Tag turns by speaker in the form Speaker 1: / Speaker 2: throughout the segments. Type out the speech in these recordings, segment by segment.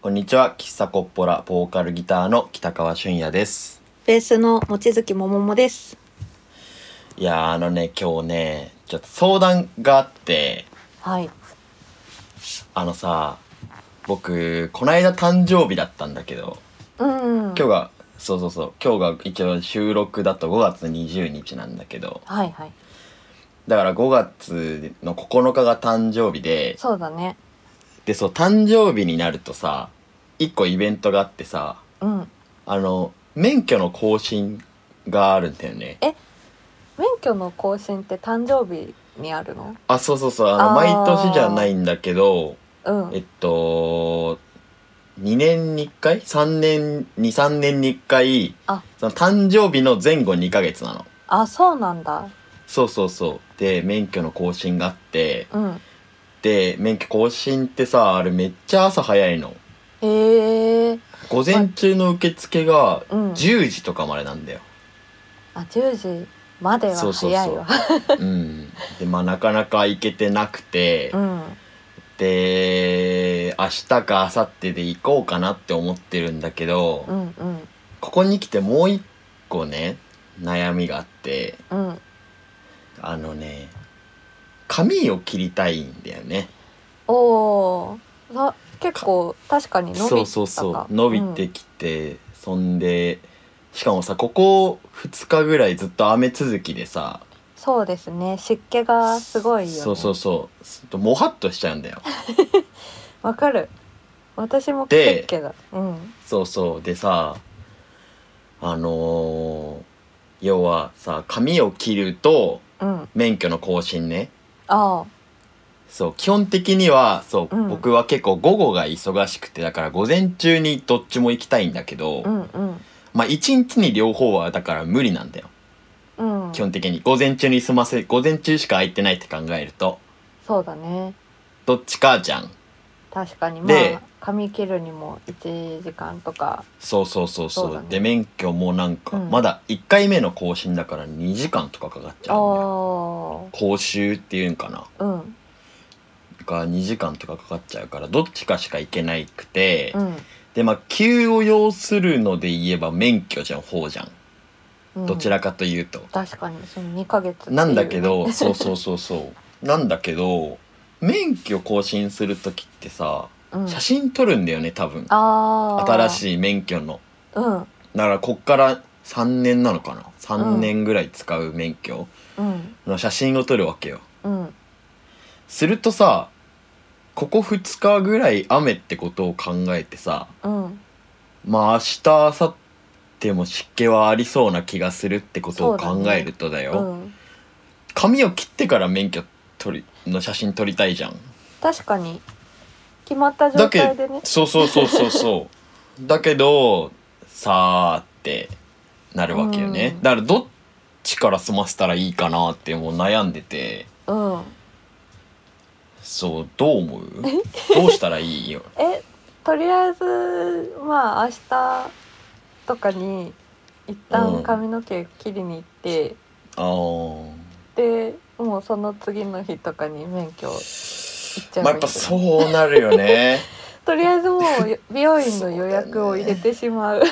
Speaker 1: こんにちは喫茶コッポラボーカルギターの北川俊也です
Speaker 2: ベースの望月もももです。
Speaker 1: いやーあのね今日ねちょっと相談があって
Speaker 2: はい。
Speaker 1: あのさ僕こないだ誕生日だったんだけど
Speaker 2: うん。
Speaker 1: 今日がそうそうそう今日が一応収録だと5月20日なんだけど
Speaker 2: はいはい。
Speaker 1: だから5月の9日が誕生日で
Speaker 2: そうだね。
Speaker 1: でそう誕生日になるとさ1個イベントがあってさ
Speaker 2: うん。
Speaker 1: あの免許の更新があるんだよね
Speaker 2: 免許の更新って誕生日にあるの？
Speaker 1: あそうそうそうあの
Speaker 2: あー
Speaker 1: 毎年じゃないんだけど
Speaker 2: うん。
Speaker 1: えっと2年に1回3年23年に1回
Speaker 2: あ
Speaker 1: その誕生日の前後2ヶ月なの
Speaker 2: あ、そうなんだ。
Speaker 1: そうそうそうで免許の更新があって
Speaker 2: うん。
Speaker 1: で免許更新ってさあれめっちゃ朝早いの
Speaker 2: へえ。
Speaker 1: 午前中の受付が
Speaker 2: うん。
Speaker 1: 10時とかまでなんだよ
Speaker 2: あ、十時までは
Speaker 1: そうそうそう
Speaker 2: 早 いわ。
Speaker 1: うんでまあなかなか行けてなくて、
Speaker 2: うん。
Speaker 1: で明日か明後日で行こうかなって思ってるんだけど、
Speaker 2: うんうん
Speaker 1: ここに来てもう一個ね悩みがあって
Speaker 2: うん。
Speaker 1: あのね髪を切りたいんだよね
Speaker 2: おお。な結構確かに伸びたか
Speaker 1: そうそうそう伸びてきて、そんでしかもさここ2日ぐらいずっと雨続きでさ
Speaker 2: そうですね。湿気がすごいよね。
Speaker 1: そうそうそうちょっともはっとしちゃうんだよ
Speaker 2: わかる。私も
Speaker 1: で
Speaker 2: 結構だ。うん。
Speaker 1: そうそうでさあのー要はさ髪を切ると
Speaker 2: うん。
Speaker 1: 免許の更新ね
Speaker 2: あ
Speaker 1: そう基本的にはそう、
Speaker 2: うん
Speaker 1: 僕は結構午後が忙しくてだから午前中にどっちも行きたいんだけど、
Speaker 2: あ。うんうん。
Speaker 1: まあ一日に両方はだから無理なんだよ
Speaker 2: うん、
Speaker 1: 基本的に午前中に済ませ午前中しか空いてないって考えると
Speaker 2: そうだね
Speaker 1: どっちかじゃん
Speaker 2: 確かにま
Speaker 1: で
Speaker 2: あ髪切るにも1時間とか
Speaker 1: そうそうそうそう
Speaker 2: そうだね
Speaker 1: で免許もなんか、
Speaker 2: うん
Speaker 1: まだ1回目の更新だから2時間とかかかっちゃうんだよ
Speaker 2: お
Speaker 1: 講習っていうんかな
Speaker 2: ーうん
Speaker 1: が2時間とかかかっちゃうからどっちかしか行けないくて、
Speaker 2: うん、
Speaker 1: でまあ急を要するので言えば免許じゃん方じゃん
Speaker 2: うん、
Speaker 1: どちらかというと、
Speaker 2: 確かにその2ヶ月っていう
Speaker 1: なんだけどそうそうそうそうなんだけど免許更新する時ってさ
Speaker 2: うん、
Speaker 1: 写真撮るんだよね多分
Speaker 2: あ
Speaker 1: 新
Speaker 2: い
Speaker 1: しい免許の
Speaker 2: うんうん
Speaker 1: だからこっから3年なのかな3年ぐらい使う免許の写真を撮るわけよ
Speaker 2: うん
Speaker 1: するとさここ2日ぐらい雨ってことを考えてさ
Speaker 2: うん
Speaker 1: まあ明日明後日も湿気はありそうな気がするってことを
Speaker 2: そ
Speaker 1: 考
Speaker 2: うだね
Speaker 1: えるとだよ
Speaker 2: うん
Speaker 1: 髪を切ってから免許取りの写真撮りたいじゃん
Speaker 2: 確かに決まった状態でね
Speaker 1: そうそうそうそうそう だけどさあってなるわけよね、
Speaker 2: うん
Speaker 1: だからどっちから済ませたらいいかなってもう悩んでて
Speaker 2: うん
Speaker 1: そうどう思うどうしたらいいよ
Speaker 2: えとりあえずまあ明日とかに一
Speaker 1: うん
Speaker 2: 旦髪の毛切りに行って、
Speaker 1: あー
Speaker 2: でもうその次の日とかに免許行っちゃえ
Speaker 1: まあ
Speaker 2: ば
Speaker 1: やっ
Speaker 2: いいんだ
Speaker 1: ぱ
Speaker 2: よ
Speaker 1: そうなるよ ね
Speaker 2: とりあえずもうよ美容院の予約を入れてしまうう,、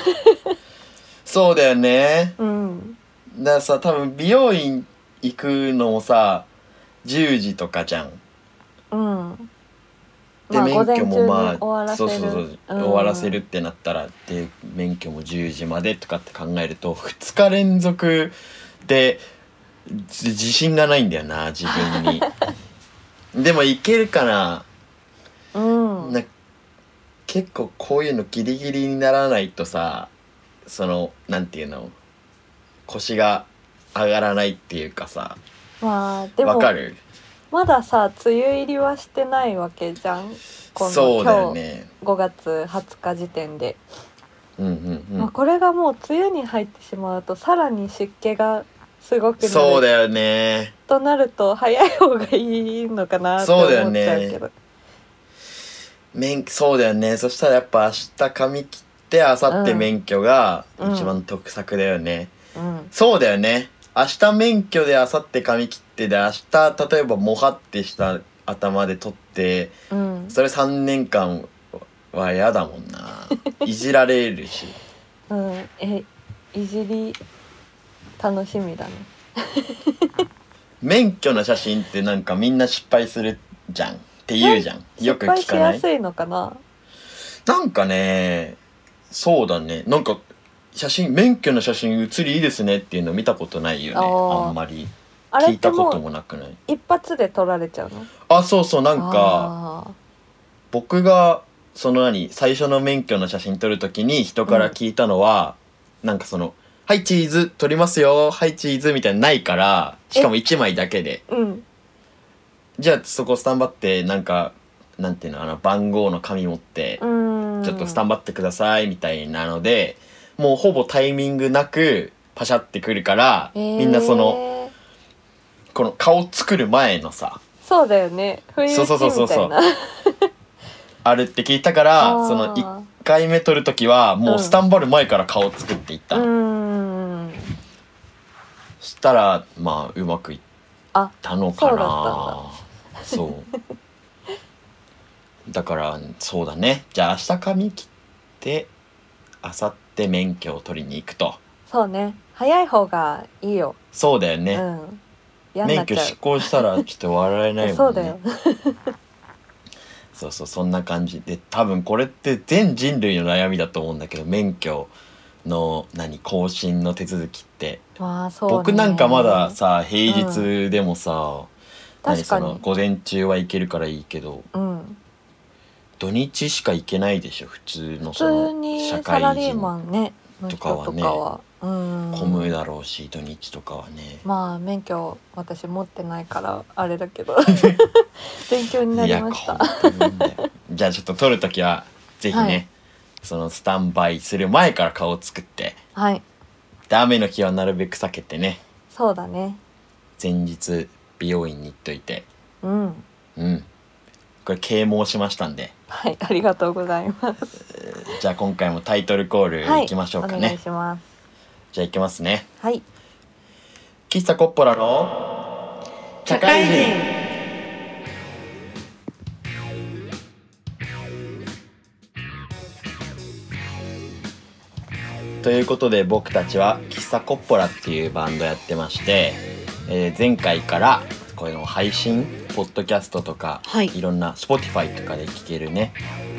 Speaker 1: そうだよね
Speaker 2: ん
Speaker 1: だからさ多分美容院行くのもさ10時とかじゃん
Speaker 2: うん
Speaker 1: で、
Speaker 2: まあ
Speaker 1: 免許もまあ
Speaker 2: 午前中に終わらせ
Speaker 1: そう
Speaker 2: る
Speaker 1: そうそう、
Speaker 2: うん
Speaker 1: 終わらせるってなったらで免許も10時までとかって考えると2日連続でじ自信がないんだよな自分 にでもいけるかな,、
Speaker 2: うん
Speaker 1: な結構こういうのギリギリにならないとさそのなんていうの腰が上がらないっていうかさ
Speaker 2: まあで
Speaker 1: わ
Speaker 2: も
Speaker 1: かる
Speaker 2: まださ梅雨入りはしてないわけじゃんこの
Speaker 1: そうだよね
Speaker 2: 今日5月20日時点で、
Speaker 1: うんうんう
Speaker 2: まあ、
Speaker 1: ん
Speaker 2: これがもう梅雨に入ってしまうとさらに湿気がすごくなる
Speaker 1: そうだよね
Speaker 2: となると早い方がいいのかなって思っちゃうけ
Speaker 1: そうだ
Speaker 2: ど
Speaker 1: よ免そうだよねそしたらやっぱ明日髪切って明後日
Speaker 2: うん
Speaker 1: 免許が
Speaker 2: うん
Speaker 1: 一番得策だよね、
Speaker 2: うん
Speaker 1: そうだよね明日免許で明後日髪切ってで明日例えばもはってした頭で取って
Speaker 2: うん
Speaker 1: それ3年間は嫌だもん ないじられるし
Speaker 2: うんえいじり楽しみだね
Speaker 1: 免許の写真ってなんかみんな失敗するじゃんって言うじゃんよく
Speaker 2: 失敗
Speaker 1: 聞
Speaker 2: し
Speaker 1: かな
Speaker 2: や
Speaker 1: い
Speaker 2: すいのかな
Speaker 1: なんかねそうだねなんか写真免許の写真写りいいですねっていうの見たことないよね
Speaker 2: あー
Speaker 1: あんまり
Speaker 2: あ
Speaker 1: 聞
Speaker 2: れっ
Speaker 1: い
Speaker 2: て
Speaker 1: たこ
Speaker 2: も
Speaker 1: と
Speaker 2: う
Speaker 1: もなくない
Speaker 2: 一発で取られちゃうの
Speaker 1: あそうそうなんか
Speaker 2: あ
Speaker 1: 僕がその何最初の免許の写真撮るときに人から聞いたのは、なんかその「はいチーズ撮りますよはいチーズ」みたいなのないからしかも1枚だけで
Speaker 2: ーうん
Speaker 1: じゃあそこスタンバってなんかなんていうのあの番号の紙持って
Speaker 2: うーん
Speaker 1: ちょっとスタンバってくださいみたいなのでもうほぼタイミングなくパシャってくるから、みんなその
Speaker 2: えー
Speaker 1: この顔作る前のさ
Speaker 2: そうだよね不意打ち
Speaker 1: そう
Speaker 2: みた
Speaker 1: そう
Speaker 2: いな
Speaker 1: そうそうそうあるって聞いたから
Speaker 2: あー
Speaker 1: その1回目撮る時はもうスタンバる前から顔作っていった、
Speaker 2: うーん
Speaker 1: したらまあうまくいっ
Speaker 2: あ
Speaker 1: たのか
Speaker 2: そうだった
Speaker 1: なそうだからそうだねじゃあ明日髪切って明後日免許を取りに行くと
Speaker 2: そうね早い方がいいよ、
Speaker 1: そうだよ
Speaker 2: う
Speaker 1: ね、
Speaker 2: ん嫌に
Speaker 1: 免
Speaker 2: なっち
Speaker 1: 許
Speaker 2: ゃう
Speaker 1: 失効したらちょっと笑えないもんね
Speaker 2: そうだよ
Speaker 1: そうそうそんな感じで多分これって全人類の悩みだと思うんだけど免許の何更新の手続きって、
Speaker 2: まあそうね
Speaker 1: 僕なんかまださ平日でもさ、何
Speaker 2: 確
Speaker 1: そ
Speaker 2: か
Speaker 1: の
Speaker 2: に
Speaker 1: 午前中は行けるからいいけど
Speaker 2: うん
Speaker 1: 土日しか行けないでしょ普通の
Speaker 2: 普
Speaker 1: その
Speaker 2: 通に
Speaker 1: 社
Speaker 2: サ
Speaker 1: 会
Speaker 2: ラリー
Speaker 1: 人
Speaker 2: マンねの
Speaker 1: と
Speaker 2: 人
Speaker 1: かは
Speaker 2: と
Speaker 1: ね
Speaker 2: かはうん
Speaker 1: 混むだろうし土日とかはね
Speaker 2: まあ免許私持ってないからあれだ けど勉強にないり
Speaker 1: や
Speaker 2: ました
Speaker 1: 混むんだよじゃあちょっと撮る時はぜひね、
Speaker 2: はい
Speaker 1: そのスタンバイする前から顔を作って
Speaker 2: はい
Speaker 1: で雨の日はなるべく避けてね
Speaker 2: そうだね
Speaker 1: 前日美容院に行っといて
Speaker 2: うん
Speaker 1: うんこれ啓蒙しましたんで
Speaker 2: はいありがとうございます
Speaker 1: じゃあ今回もタイトルコール
Speaker 2: はい
Speaker 1: いきましょうか
Speaker 2: お
Speaker 1: ね、
Speaker 2: 願いします
Speaker 1: じゃあいきますね
Speaker 2: はい
Speaker 1: 喫茶コッポラの社会人ということで僕たちは喫茶コッポラっていうバンドやってまして、えー前回からこの配信ポッドキャストとか、
Speaker 2: はい
Speaker 1: ろんな Spotify とかで聴けるね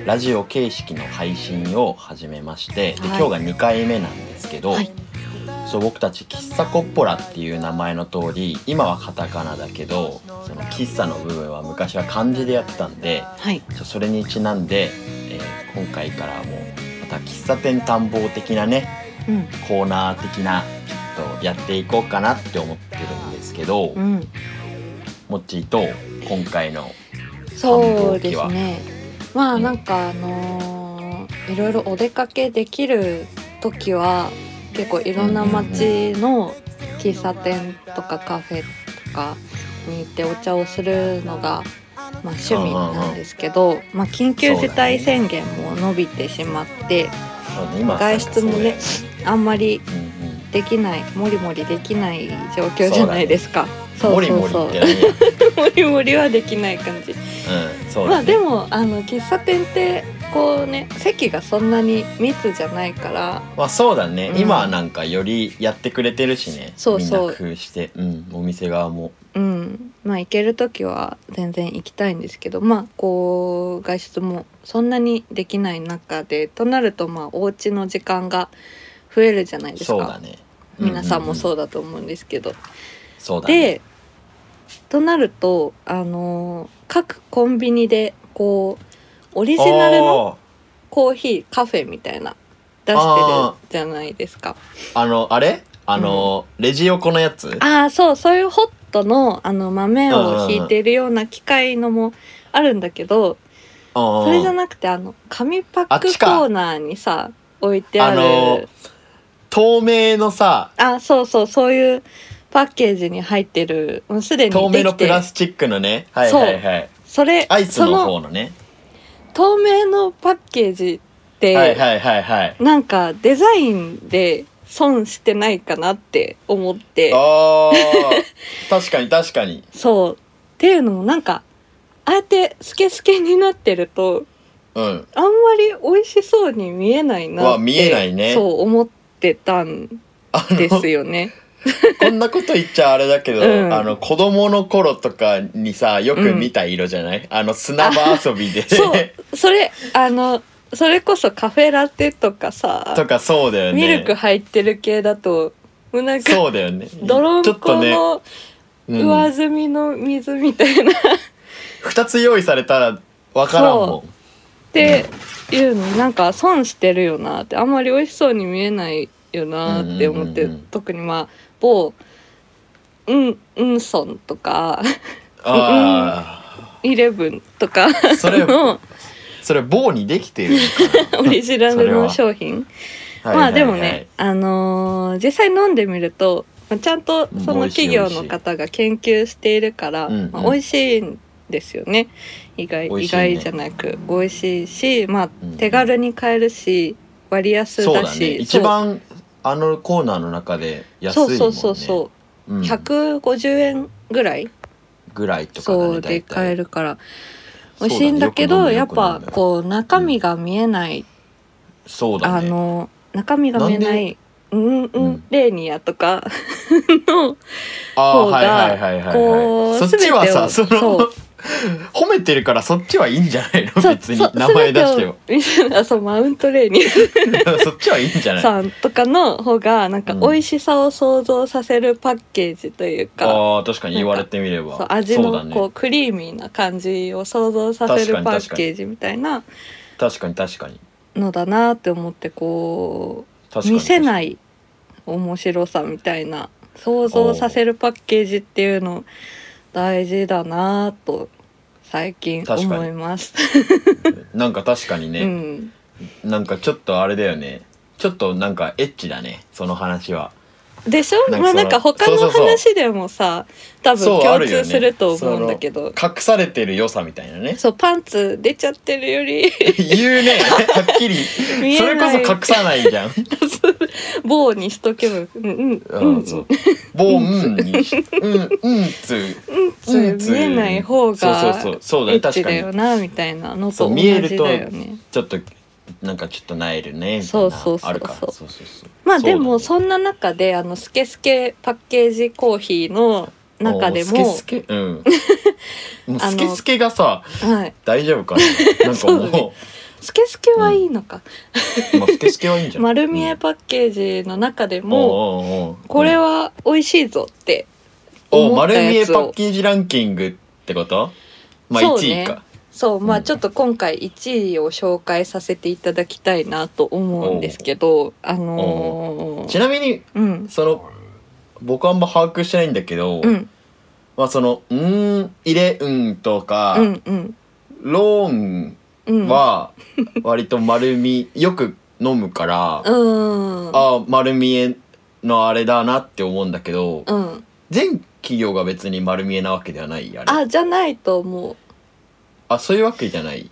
Speaker 1: ラジオ形式の配信を始めまして、で
Speaker 2: は
Speaker 1: 今
Speaker 2: い
Speaker 1: 日が2回目なんですけど、そう僕たち喫茶コッポラっていう名前の通り今はカタカナだけどその喫茶の部分は昔は漢字でやってたんで
Speaker 2: はい
Speaker 1: そうそれにちなんで、えー今回からはもうまた喫茶店探訪的なね
Speaker 2: うん
Speaker 1: コーナー的なちょっとやっていこうかなって思ってるんですけど、
Speaker 2: うん
Speaker 1: モッチーと今回の
Speaker 2: そうで
Speaker 1: 繁忙
Speaker 2: す
Speaker 1: 期
Speaker 2: ねま
Speaker 1: う
Speaker 2: あ
Speaker 1: ん
Speaker 2: なんかあのーいろいろお出かけできる時は結構いろんな街の喫茶店とかカフェとかに行ってお茶をするのが、まあ、趣味なんですけど、まあ、緊急事態宣言も伸びてしまって、
Speaker 1: そうね今
Speaker 2: 外出もねあんまり
Speaker 1: なんかそうだようんうん
Speaker 2: できないもりもりできない状況じゃないですか。そ
Speaker 1: モ
Speaker 2: う
Speaker 1: リ
Speaker 2: そ
Speaker 1: モ
Speaker 2: う
Speaker 1: リ
Speaker 2: そ
Speaker 1: っ
Speaker 2: う
Speaker 1: て何や、
Speaker 2: もりもりはできない感じ
Speaker 1: うん、そう
Speaker 2: ま
Speaker 1: だ
Speaker 2: あでもあの喫茶店ってこうね席がそんなに密じゃないから
Speaker 1: まあそうだね、
Speaker 2: うん
Speaker 1: 今はなんかよりやってくれてるしね
Speaker 2: そう
Speaker 1: みん
Speaker 2: そう
Speaker 1: な工夫して、うん、お店側も
Speaker 2: うんまあ行ける時は全然行きたいんですけどまあこう外出もそんなにできない中でとなるとまあお家の時間が増えるじゃないですか
Speaker 1: そうだね
Speaker 2: 皆さんも
Speaker 1: う,、
Speaker 2: そうだと思うんですけど、
Speaker 1: そうだね
Speaker 2: でとなるとあの各コンビニでこうオリジナルの
Speaker 1: おー
Speaker 2: コーヒーカフェみたいな出してるじゃないですか
Speaker 1: あのあれあの、レジ横のやつ
Speaker 2: ああそうそういうホットのあの豆をひいてるような機械のもあるんだけど、
Speaker 1: そ
Speaker 2: それじゃなくてあの紙パ
Speaker 1: あ
Speaker 2: ッ
Speaker 1: っ
Speaker 2: ク
Speaker 1: ち
Speaker 2: コ
Speaker 1: か
Speaker 2: ーナーにさ置いてある
Speaker 1: あの透明のさ
Speaker 2: あそうそうそういうパッケージに入ってるもうすでに
Speaker 1: 透明
Speaker 2: で
Speaker 1: の
Speaker 2: き
Speaker 1: プラ
Speaker 2: て
Speaker 1: スチックのねはいはいはい
Speaker 2: それ
Speaker 1: アイス
Speaker 2: そ
Speaker 1: の
Speaker 2: の
Speaker 1: 方のね
Speaker 2: 透明のパッケージって、
Speaker 1: はいはいはいはい
Speaker 2: なんかデザインで損してないかなって思って。
Speaker 1: あ ー確かに確かに
Speaker 2: そうっていうのもなんかああやってスケスケになってると
Speaker 1: うん
Speaker 2: あんまり美味しそうに見えないな
Speaker 1: は見えないね
Speaker 2: そう思ってたん
Speaker 1: あ
Speaker 2: です
Speaker 1: の
Speaker 2: よね。
Speaker 1: こんなこと言っちゃあれだけど、
Speaker 2: うん
Speaker 1: あの子供の頃とかにさよく見た色じゃない、あの砂場遊びで
Speaker 2: そうそれあのそれこそカフェラテとかさ
Speaker 1: とかそうだよね
Speaker 2: ミルク入ってる系だともうなんか
Speaker 1: そうだよね
Speaker 2: 泥
Speaker 1: ちょ
Speaker 2: ん
Speaker 1: っ
Speaker 2: こと
Speaker 1: ね、
Speaker 2: の
Speaker 1: うん、
Speaker 2: 上積みの水みたいな
Speaker 1: 2つ用意されたらわからんも
Speaker 2: っていうのなんか損してるよなってあんまり美味しそうに見えないよなって思って、
Speaker 1: うんうんうんうん
Speaker 2: 特にまあ某うんうんソン とか
Speaker 1: んあ
Speaker 2: イレブンとか
Speaker 1: あ それ
Speaker 2: の
Speaker 1: それ棒にできてる
Speaker 2: オリジナルの商品
Speaker 1: のかな
Speaker 2: まあでも、
Speaker 1: はいはいはい
Speaker 2: ね、あのー実際飲んでみるとまあちゃんとその企業の方が研究しているから、
Speaker 1: うんうん
Speaker 2: まあ、美味しいんですよね意外
Speaker 1: 美味
Speaker 2: 意
Speaker 1: しいね
Speaker 2: 外じゃなく美味しいし、まあ
Speaker 1: うんうん、
Speaker 2: 手軽に買えるし割安
Speaker 1: そう
Speaker 2: だ
Speaker 1: だね
Speaker 2: し
Speaker 1: 一番あのコーナーの中で安い
Speaker 2: そ
Speaker 1: もん
Speaker 2: う
Speaker 1: ね
Speaker 2: そうそうそう、
Speaker 1: うん
Speaker 2: 150円ぐらい
Speaker 1: ぐらいとかだね
Speaker 2: そうで
Speaker 1: 大体
Speaker 2: 買えるから
Speaker 1: そ
Speaker 2: 美
Speaker 1: うだね
Speaker 2: 味しいんだけ
Speaker 1: よく飲
Speaker 2: ど
Speaker 1: む
Speaker 2: やっ
Speaker 1: よ
Speaker 2: ぱ
Speaker 1: く飲む
Speaker 2: こう中身が見えない、
Speaker 1: そうだ
Speaker 2: あ
Speaker 1: ね
Speaker 2: の中身が見えないうんう
Speaker 1: うんん
Speaker 2: レーニアとかの
Speaker 1: あー
Speaker 2: 方が
Speaker 1: はいはいはいはい
Speaker 2: こ
Speaker 1: は
Speaker 2: う
Speaker 1: いそっちはさそ
Speaker 2: 全
Speaker 1: の
Speaker 2: てをそう
Speaker 1: 褒めてるからそっちはいいんじゃないの
Speaker 2: そう
Speaker 1: 別に名前出してよ
Speaker 2: 全てをあ そうマウントレーニ
Speaker 1: そっちはいいんじゃ
Speaker 2: ア
Speaker 1: ない
Speaker 2: さんとかの方がなんか
Speaker 1: うん
Speaker 2: 美味しさを想像させるパッケージという
Speaker 1: あ
Speaker 2: か、
Speaker 1: ー確かに言われてみれば
Speaker 2: そう味
Speaker 1: そうだ
Speaker 2: の
Speaker 1: ね
Speaker 2: こうクリーミーな感じを想像させる
Speaker 1: 確か
Speaker 2: パ
Speaker 1: に確かに
Speaker 2: ッケージみたいな
Speaker 1: 確かに確かに
Speaker 2: のだなって思ってこ
Speaker 1: 確かに
Speaker 2: う見せ
Speaker 1: い
Speaker 2: ない面白さみたいな想像させるパッケージっていうの大事だなと最近
Speaker 1: 確かに
Speaker 2: 思います。
Speaker 1: なんか確かに
Speaker 2: う
Speaker 1: ね、
Speaker 2: ん、
Speaker 1: なんかちょっとあれだよねちょっとなんかエッチだねその話は
Speaker 2: でしょ
Speaker 1: なんか
Speaker 2: まあ
Speaker 1: その
Speaker 2: なんか他
Speaker 1: そ
Speaker 2: の
Speaker 1: うそうそう
Speaker 2: 話でもさ多分
Speaker 1: そうあ
Speaker 2: 共
Speaker 1: るよね
Speaker 2: 通すると思うんだけど。
Speaker 1: 隠されてる良さみたいなね
Speaker 2: そうパンツ出ちゃってるより
Speaker 1: 言うねはっきり
Speaker 2: 見
Speaker 1: そ
Speaker 2: え
Speaker 1: れ
Speaker 2: な
Speaker 1: こ
Speaker 2: い
Speaker 1: そ隠さないじゃん
Speaker 2: 棒にしとけばうんうん
Speaker 1: あ
Speaker 2: うん
Speaker 1: ーそうボンにしうんうんつ
Speaker 2: うんつ
Speaker 1: うんつ
Speaker 2: 見えない方が
Speaker 1: そうそうそうそうだ
Speaker 2: エ
Speaker 1: ね
Speaker 2: ッ
Speaker 1: 確
Speaker 2: チ
Speaker 1: か
Speaker 2: だ
Speaker 1: に
Speaker 2: よなみたいなの
Speaker 1: そ
Speaker 2: と
Speaker 1: う
Speaker 2: 同
Speaker 1: 見
Speaker 2: じ
Speaker 1: えると
Speaker 2: だよね。
Speaker 1: ちょっとなんかちょっとなえるねみたいな
Speaker 2: そうそうそうそう
Speaker 1: あるからそうそうそう
Speaker 2: まあでも
Speaker 1: う
Speaker 2: そんな中であのスケスケパッケージコーヒーの
Speaker 1: だね
Speaker 2: 中で
Speaker 1: おー
Speaker 2: も
Speaker 1: スケスケうん もう
Speaker 2: あの
Speaker 1: スケスケがさ
Speaker 2: はい
Speaker 1: 大丈夫かななんか
Speaker 2: そうだ
Speaker 1: も
Speaker 2: ねスケスケはいいのか、
Speaker 1: うまあスケスケはいいんじゃない
Speaker 2: 丸見え
Speaker 1: うん
Speaker 2: パッケージの中でも、
Speaker 1: おーおーおー
Speaker 2: これは美味しいぞって
Speaker 1: お
Speaker 2: 思った
Speaker 1: 丸見え
Speaker 2: や
Speaker 1: パ
Speaker 2: つを
Speaker 1: ッケージランキングってことまあ
Speaker 2: そう
Speaker 1: 1
Speaker 2: ね
Speaker 1: 位か
Speaker 2: そうま
Speaker 1: う
Speaker 2: あ
Speaker 1: ん
Speaker 2: ちょっと今回1位を紹介させていただきたいなと思うんですけどあの
Speaker 1: ち
Speaker 2: ー、
Speaker 1: なみに
Speaker 2: うん
Speaker 1: その僕あんま把握してないんだけど、
Speaker 2: うん
Speaker 1: まあその「うーん入れうん」とか「
Speaker 2: うんうん
Speaker 1: ロー
Speaker 2: うん
Speaker 1: ン」は割と丸みよく飲むから、あ
Speaker 2: うん
Speaker 1: あ丸見えのあれだなって思うんだけど、
Speaker 2: うん
Speaker 1: 全企業が別に丸見えなわけではないあれあ
Speaker 2: あじゃないと思
Speaker 1: そういうわけじゃない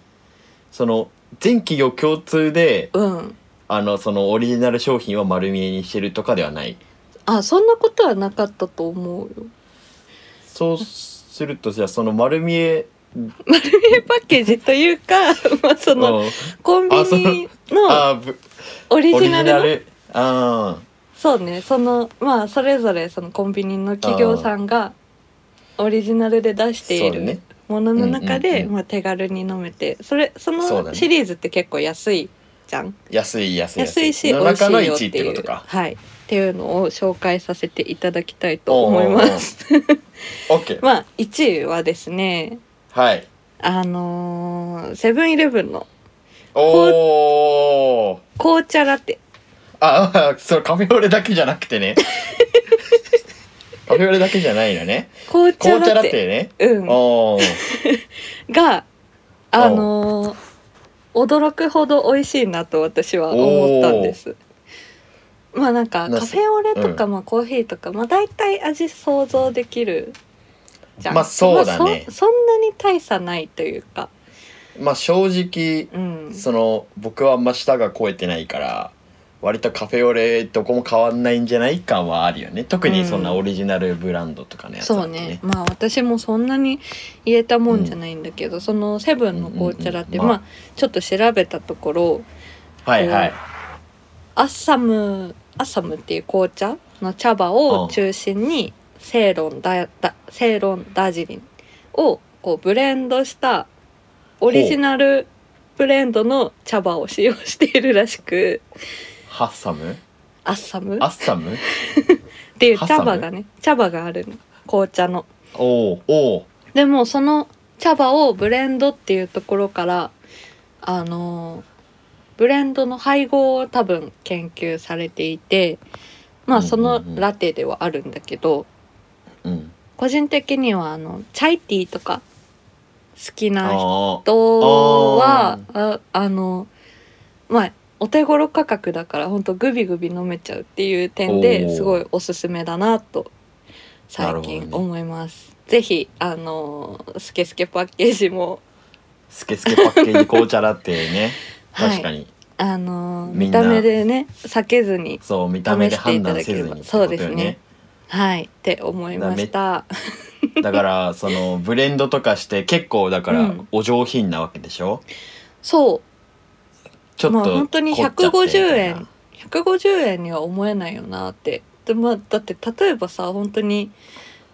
Speaker 1: その全企業共通で
Speaker 2: ううん
Speaker 1: あのそのオリジナル商品は丸見えにしてるとかではない
Speaker 2: あそんなことはなかったと思うよ
Speaker 1: そうするとじゃあその丸見え
Speaker 2: パッケージというか、 まあ、その
Speaker 1: うん
Speaker 2: コンビ
Speaker 1: あそ
Speaker 2: ニの
Speaker 1: あーぶ
Speaker 2: オリ
Speaker 1: オリ
Speaker 2: ジ
Speaker 1: ジ
Speaker 2: ナ
Speaker 1: ナ
Speaker 2: ルの
Speaker 1: ルあー
Speaker 2: そうねそのまあそれぞれそのコンビニの企業さんがオリジナルで出してい
Speaker 1: そうだね
Speaker 2: るものの中
Speaker 1: うんうん
Speaker 2: で、
Speaker 1: うん
Speaker 2: まあ、手軽に飲めてそれそ
Speaker 1: そうだ
Speaker 2: の
Speaker 1: ね
Speaker 2: シリーズって結構安いじゃん、
Speaker 1: 安い安い
Speaker 2: 安いし美
Speaker 1: の
Speaker 2: 味し
Speaker 1: 中の
Speaker 2: いよっ
Speaker 1: 1
Speaker 2: て
Speaker 1: 位って
Speaker 2: い
Speaker 1: こ
Speaker 2: う
Speaker 1: とか
Speaker 2: はいっていうのを紹介させていただきたいと思います。
Speaker 1: オッケー
Speaker 2: まあ1位はですね
Speaker 1: はい
Speaker 2: あのーセブンイレブンの
Speaker 1: おお
Speaker 2: 紅茶ラテ
Speaker 1: ああ それカフェオレだけじゃなくて ねカフェオレだけじゃないのね
Speaker 2: 紅茶
Speaker 1: 紅茶
Speaker 2: ラ
Speaker 1: ラ
Speaker 2: テ
Speaker 1: テね
Speaker 2: うん
Speaker 1: おー
Speaker 2: があのー驚くほど美味しいなと私は思ったんです。まあなんか
Speaker 1: な
Speaker 2: カフェオレとかまあコーヒーとかまあ大体味想像できるじゃん。
Speaker 1: まあそうだね
Speaker 2: まあそそんなに大差ないというか、
Speaker 1: まあ正直
Speaker 2: うん、
Speaker 1: その僕はあんま舌が肥えてないから割とカフェオレどこも変わんないんじゃない感はあるよね特にそんな
Speaker 2: うん
Speaker 1: オリジナルブランドとかのやつだ
Speaker 2: そ
Speaker 1: と
Speaker 2: うねまあ私もそんなに言えたもんじゃないんだけど、そのセブンの紅茶ラテ、
Speaker 1: うんうんうん
Speaker 2: まあちょっと調べたところ
Speaker 1: はいはい
Speaker 2: アッサムアッサムっていう紅茶の茶葉を中心にセイロンダダセイロンダージリンをこうブレンドしたオリジナルブレンドの茶葉を使用しているらしく
Speaker 1: ハッサム
Speaker 2: アッサム
Speaker 1: ア
Speaker 2: っ
Speaker 1: ッサム
Speaker 2: ていう
Speaker 1: ハッサ
Speaker 2: 茶
Speaker 1: ム
Speaker 2: 葉がね茶葉があるの紅茶の。
Speaker 1: おうおう
Speaker 2: でもその茶葉をブレンドっていうところからあのブレンドの配合を多分研究されていてまあその
Speaker 1: うんうんうん
Speaker 2: ラテではあるんだけど、
Speaker 1: うん
Speaker 2: 個人的にはあのチャイティーとか好きな人
Speaker 1: あ
Speaker 2: はああのまあお手頃価格だから本当グビグビ飲めちゃうっていう点
Speaker 1: お
Speaker 2: で
Speaker 1: ー
Speaker 2: すごいおすすめだなと最
Speaker 1: なる
Speaker 2: 近
Speaker 1: ほどね
Speaker 2: 思います。ぜひあのスケスケパッケージも
Speaker 1: スケスケパッケージ紅茶ラテね
Speaker 2: はい
Speaker 1: 確かに、
Speaker 2: あのー
Speaker 1: み
Speaker 2: 見
Speaker 1: んな
Speaker 2: た目でね避けずに
Speaker 1: そう見た目で判断
Speaker 2: 試し
Speaker 1: せ
Speaker 2: てい
Speaker 1: ず
Speaker 2: ただければ
Speaker 1: にって
Speaker 2: そう
Speaker 1: こと
Speaker 2: です
Speaker 1: よ
Speaker 2: ね
Speaker 1: ね
Speaker 2: はいって思いました
Speaker 1: だからそのブレンドとかして結構だか
Speaker 2: う
Speaker 1: ら
Speaker 2: ん
Speaker 1: お上品なわけでしょ、
Speaker 2: そ
Speaker 1: ちょっと
Speaker 2: まあ本当に
Speaker 1: 凝っちゃってみたいな
Speaker 2: 150円う150円には思えないよなってで、まあ、だって例えばさ本当に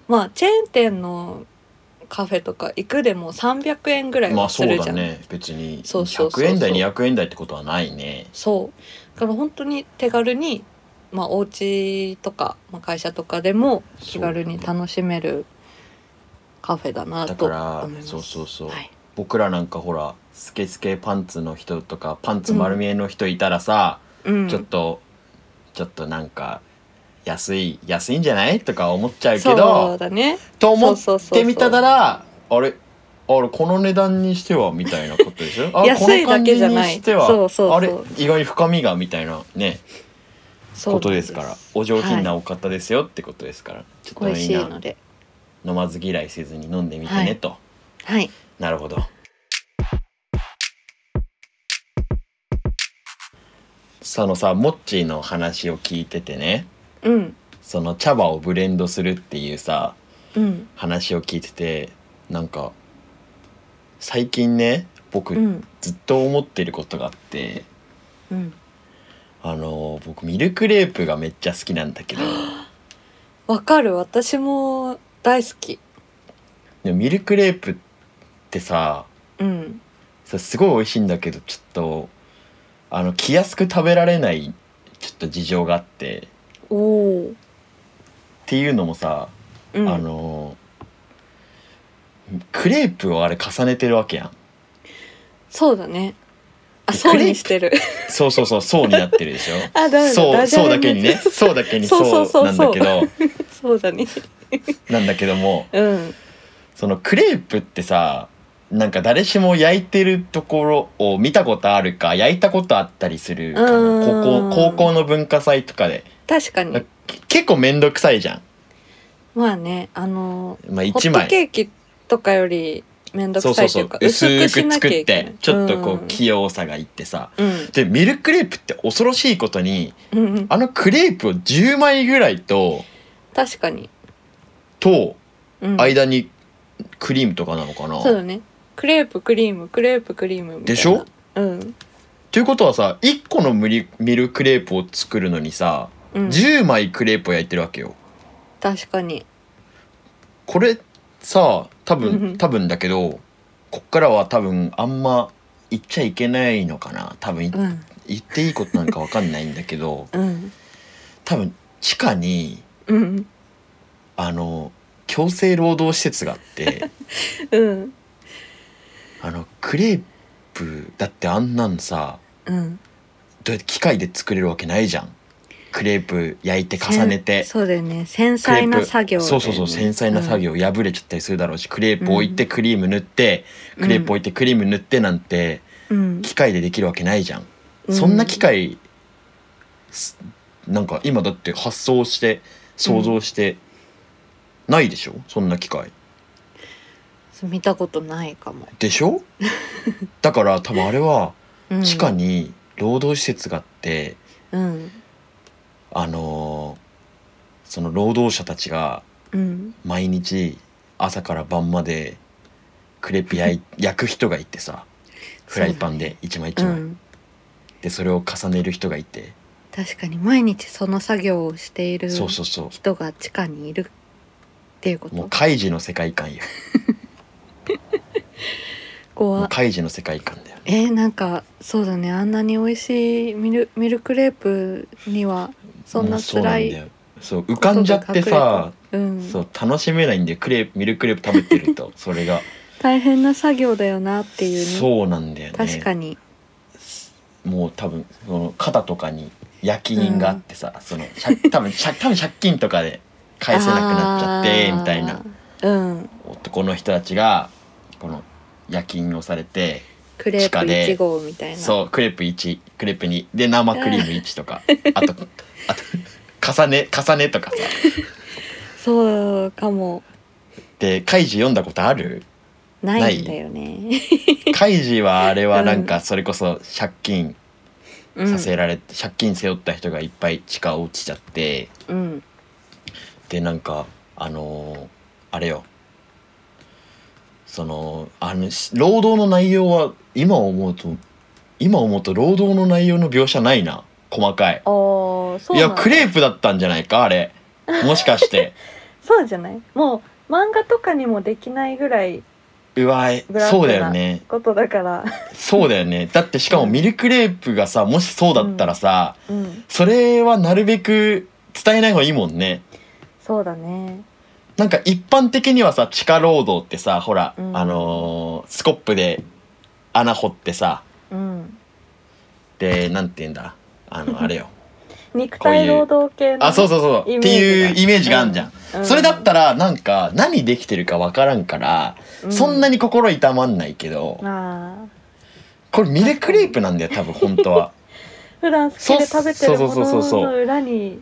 Speaker 2: まあチェーン店のカフェとか行くでも300円ぐらい
Speaker 1: まあ
Speaker 2: は
Speaker 1: そ
Speaker 2: す
Speaker 1: う
Speaker 2: るじ
Speaker 1: だ
Speaker 2: ゃん、
Speaker 1: ね別に
Speaker 2: そうそうそう
Speaker 1: 100
Speaker 2: そう
Speaker 1: 円台200円台ってことはないね
Speaker 2: そうだから本当に手軽にまあお家とか、まあ、会社とかでも気軽に楽しめるカフェだな
Speaker 1: だ
Speaker 2: と
Speaker 1: か
Speaker 2: 思い
Speaker 1: ら
Speaker 2: ます
Speaker 1: そうそうそう、
Speaker 2: はい
Speaker 1: 僕らなんかほらスケスケパンツの人とかパンツ丸見えの人いたらさ、
Speaker 2: うん、
Speaker 1: ちょっとちょっとなんか安い安いんじゃないとか思っちゃうけど
Speaker 2: そうだね
Speaker 1: と思っ
Speaker 2: そうそうそうそ
Speaker 1: て
Speaker 2: う
Speaker 1: みたらあれあれこの値段にしてはみたいなことでし ょあ
Speaker 2: 安いだけじゃ
Speaker 1: こ
Speaker 2: ない
Speaker 1: の感じにしては
Speaker 2: そうそうそう
Speaker 1: あれ意外に深みがみたいなね
Speaker 2: そ
Speaker 1: こ
Speaker 2: うなん
Speaker 1: とですからお上品な
Speaker 2: は
Speaker 1: お方ですよってことですから、ちょっ
Speaker 2: い、
Speaker 1: と
Speaker 2: 美味
Speaker 1: み
Speaker 2: し
Speaker 1: ん
Speaker 2: い
Speaker 1: な
Speaker 2: ので
Speaker 1: 飲まず嫌いせずに飲んでみて
Speaker 2: は
Speaker 1: ね
Speaker 2: い
Speaker 1: と、
Speaker 2: はい
Speaker 1: なるほどそのさモッチーの話を聞いててね
Speaker 2: うん
Speaker 1: その茶葉をブレンドするっていうさ
Speaker 2: うん
Speaker 1: 話を聞いててなんか最近ね僕
Speaker 2: うん
Speaker 1: ずっと思ってることがあって、
Speaker 2: うん
Speaker 1: あの僕ミルクレープがめっちゃ好きなんだ けど
Speaker 2: わかる私も大好き
Speaker 1: でもミルクレープってさ
Speaker 2: うん
Speaker 1: それすごい美味しいんだけどちょっとあの気安く食べられないちょっと事情があって
Speaker 2: おお
Speaker 1: っていうのもさ、
Speaker 2: うん
Speaker 1: あのクレープをあれ重ねてるわけやん
Speaker 2: そうだねあ
Speaker 1: で
Speaker 2: そうにしてる
Speaker 1: そうそうそうそうになってるでしょ
Speaker 2: あだめだ
Speaker 1: そう
Speaker 2: ダジ
Speaker 1: そうだ
Speaker 2: ャ
Speaker 1: け
Speaker 2: レ
Speaker 1: に
Speaker 2: に
Speaker 1: ねそうだけに
Speaker 2: そうそう
Speaker 1: そうな
Speaker 2: そう
Speaker 1: んだけど
Speaker 2: そうだね
Speaker 1: なんだけども
Speaker 2: うん
Speaker 1: そのクレープってさなんか誰しも焼いてるところを見たことあるか焼いたことあったりするか
Speaker 2: う
Speaker 1: な高
Speaker 2: ん
Speaker 1: 校高校の文化祭とかで
Speaker 2: 確かに
Speaker 1: け結構面倒くさいじゃん、
Speaker 2: まあねあの
Speaker 1: まあ、
Speaker 2: ホ
Speaker 1: 1
Speaker 2: ット
Speaker 1: 枚
Speaker 2: ケーキとかより面倒
Speaker 1: そう
Speaker 2: く
Speaker 1: そ
Speaker 2: さ
Speaker 1: う
Speaker 2: いと
Speaker 1: そ
Speaker 2: いううか
Speaker 1: 薄く
Speaker 2: しなき
Speaker 1: 作
Speaker 2: ゃ
Speaker 1: っ
Speaker 2: いけな
Speaker 1: て
Speaker 2: い
Speaker 1: ちょっとこ
Speaker 2: う
Speaker 1: うん器用さがいってさ
Speaker 2: うん
Speaker 1: でミルクレープって恐ろしいことに
Speaker 2: うんうん
Speaker 1: あのクレープを10枚ぐらいと
Speaker 2: 確かに
Speaker 1: と
Speaker 2: うん
Speaker 1: 間にクリームとかなのかな、
Speaker 2: そうだねクレープクリームクレープクリームみたいな
Speaker 1: でしょ
Speaker 2: うん、
Speaker 1: ということはさ1個のミルミルクレープを作るのにさ、
Speaker 2: うん、
Speaker 1: 10枚クレープを焼いてるわけよ
Speaker 2: 確かに
Speaker 1: これさ多
Speaker 2: うんう
Speaker 1: 分
Speaker 2: ん
Speaker 1: 多分だけどこっからは多分あんま言っちゃいけないのかな多分い
Speaker 2: うん
Speaker 1: 言っていいことなんかわかんないんだけど
Speaker 2: うん
Speaker 1: 多分地下に
Speaker 2: うん
Speaker 1: あの強制労働施設があって
Speaker 2: うん
Speaker 1: あのクレープだってあんなんさ
Speaker 2: うん
Speaker 1: どうやって機械で作れるわけないじゃんクレープ焼いて重ねて
Speaker 2: せんそうだよね繊細な作業だよね、
Speaker 1: そうそうそう繊細な作業破れちゃったりするだろうし、クレープ置いてクリーム塗って、
Speaker 2: うん
Speaker 1: クレープ置いてクリーム塗ってなんて
Speaker 2: うん、
Speaker 1: 機械でできるわけないじゃん、
Speaker 2: うん
Speaker 1: そんな機械すなんか今だって発想して想像してないでしょ、そんな機械
Speaker 2: うん見たことないかも、
Speaker 1: でしょだから多分あれは
Speaker 2: うん、
Speaker 1: 地下に労働施設があって、
Speaker 2: うん
Speaker 1: あのーその労働者たちが
Speaker 2: うん
Speaker 1: 毎日朝から晩までクレピ 焼い焼く人がいてさフライパンで一枚一
Speaker 2: う
Speaker 1: 枚、
Speaker 2: ん
Speaker 1: でそれを重ねる人がいて、
Speaker 2: 確かに毎日その作業をしている
Speaker 1: そうそうそ
Speaker 2: 人が地下にいるっていうこ
Speaker 1: うもう
Speaker 2: と
Speaker 1: カイジの世界観よもう
Speaker 2: 怖
Speaker 1: カイジの世界観だよ
Speaker 2: えー、なんかそうだねあんなに美味しいミルミルクレープにはそん
Speaker 1: も
Speaker 2: な
Speaker 1: うそう
Speaker 2: 辛
Speaker 1: なんだ
Speaker 2: い
Speaker 1: よそう浮かんじゃってさ
Speaker 2: うん
Speaker 1: そう楽しめないんでクレープミルクレープ食べてるとそれが
Speaker 2: 大変な作業だよなっていうね
Speaker 1: そうなんだよね
Speaker 2: 確かに
Speaker 1: もう多分その肩とかに焼き印があってさ、その借 多分借多分借金とかで返せなくなっちゃって
Speaker 2: あー
Speaker 1: みたいな
Speaker 2: うん
Speaker 1: 男の人たちがこの夜勤をされて
Speaker 2: クレ
Speaker 1: 地下で
Speaker 2: ープ1号みたいな
Speaker 1: そうクレープ1クレープ2で生クリーム1とかあとあと重ね重ねとかさ
Speaker 2: そうかも
Speaker 1: でカイジ読んだことある
Speaker 2: ないんだよね
Speaker 1: カイジはあれはなんかそれこそ借金させられて、借金背負った人がいっぱい地下落ちちゃって
Speaker 2: うん、うん、
Speaker 1: でなんかあのーあれよそのあのし労働の内容は今思うと今思うと労働の内容の描写ないな細かい
Speaker 2: あーそう
Speaker 1: いや
Speaker 2: なの
Speaker 1: クレープだったんじゃないかあれもしかして
Speaker 2: そうじゃないもう漫画とかにもできないぐらいう
Speaker 1: わい
Speaker 2: ブラックな
Speaker 1: そうだよね
Speaker 2: ことだ から
Speaker 1: そうだよねだってしかも
Speaker 2: うん
Speaker 1: ミルクレープがさもしそうだったらさ、
Speaker 2: うん
Speaker 1: それはなるべく伝えない方がいいもんね
Speaker 2: そうだね
Speaker 1: なんか一般的にはさ地下労働ってさほら、
Speaker 2: うん
Speaker 1: あのースコップで穴掘ってさ
Speaker 2: うん
Speaker 1: でなんて言うんだあ のあれよ
Speaker 2: 肉体労働系の
Speaker 1: あそうそうそう
Speaker 2: イ
Speaker 1: っ
Speaker 2: メージが
Speaker 1: ていうイメージがあんじゃん、
Speaker 2: うん
Speaker 1: それだったらなんか何できてるかわからんから、
Speaker 2: う
Speaker 1: そんなに心痛まんないけど、
Speaker 2: あ
Speaker 1: これミルクレープなんだよ多分本当は。
Speaker 2: ー普段好きで食べてるも
Speaker 1: そうそうそうそ
Speaker 2: の
Speaker 1: う
Speaker 2: の
Speaker 1: そ
Speaker 2: 裏に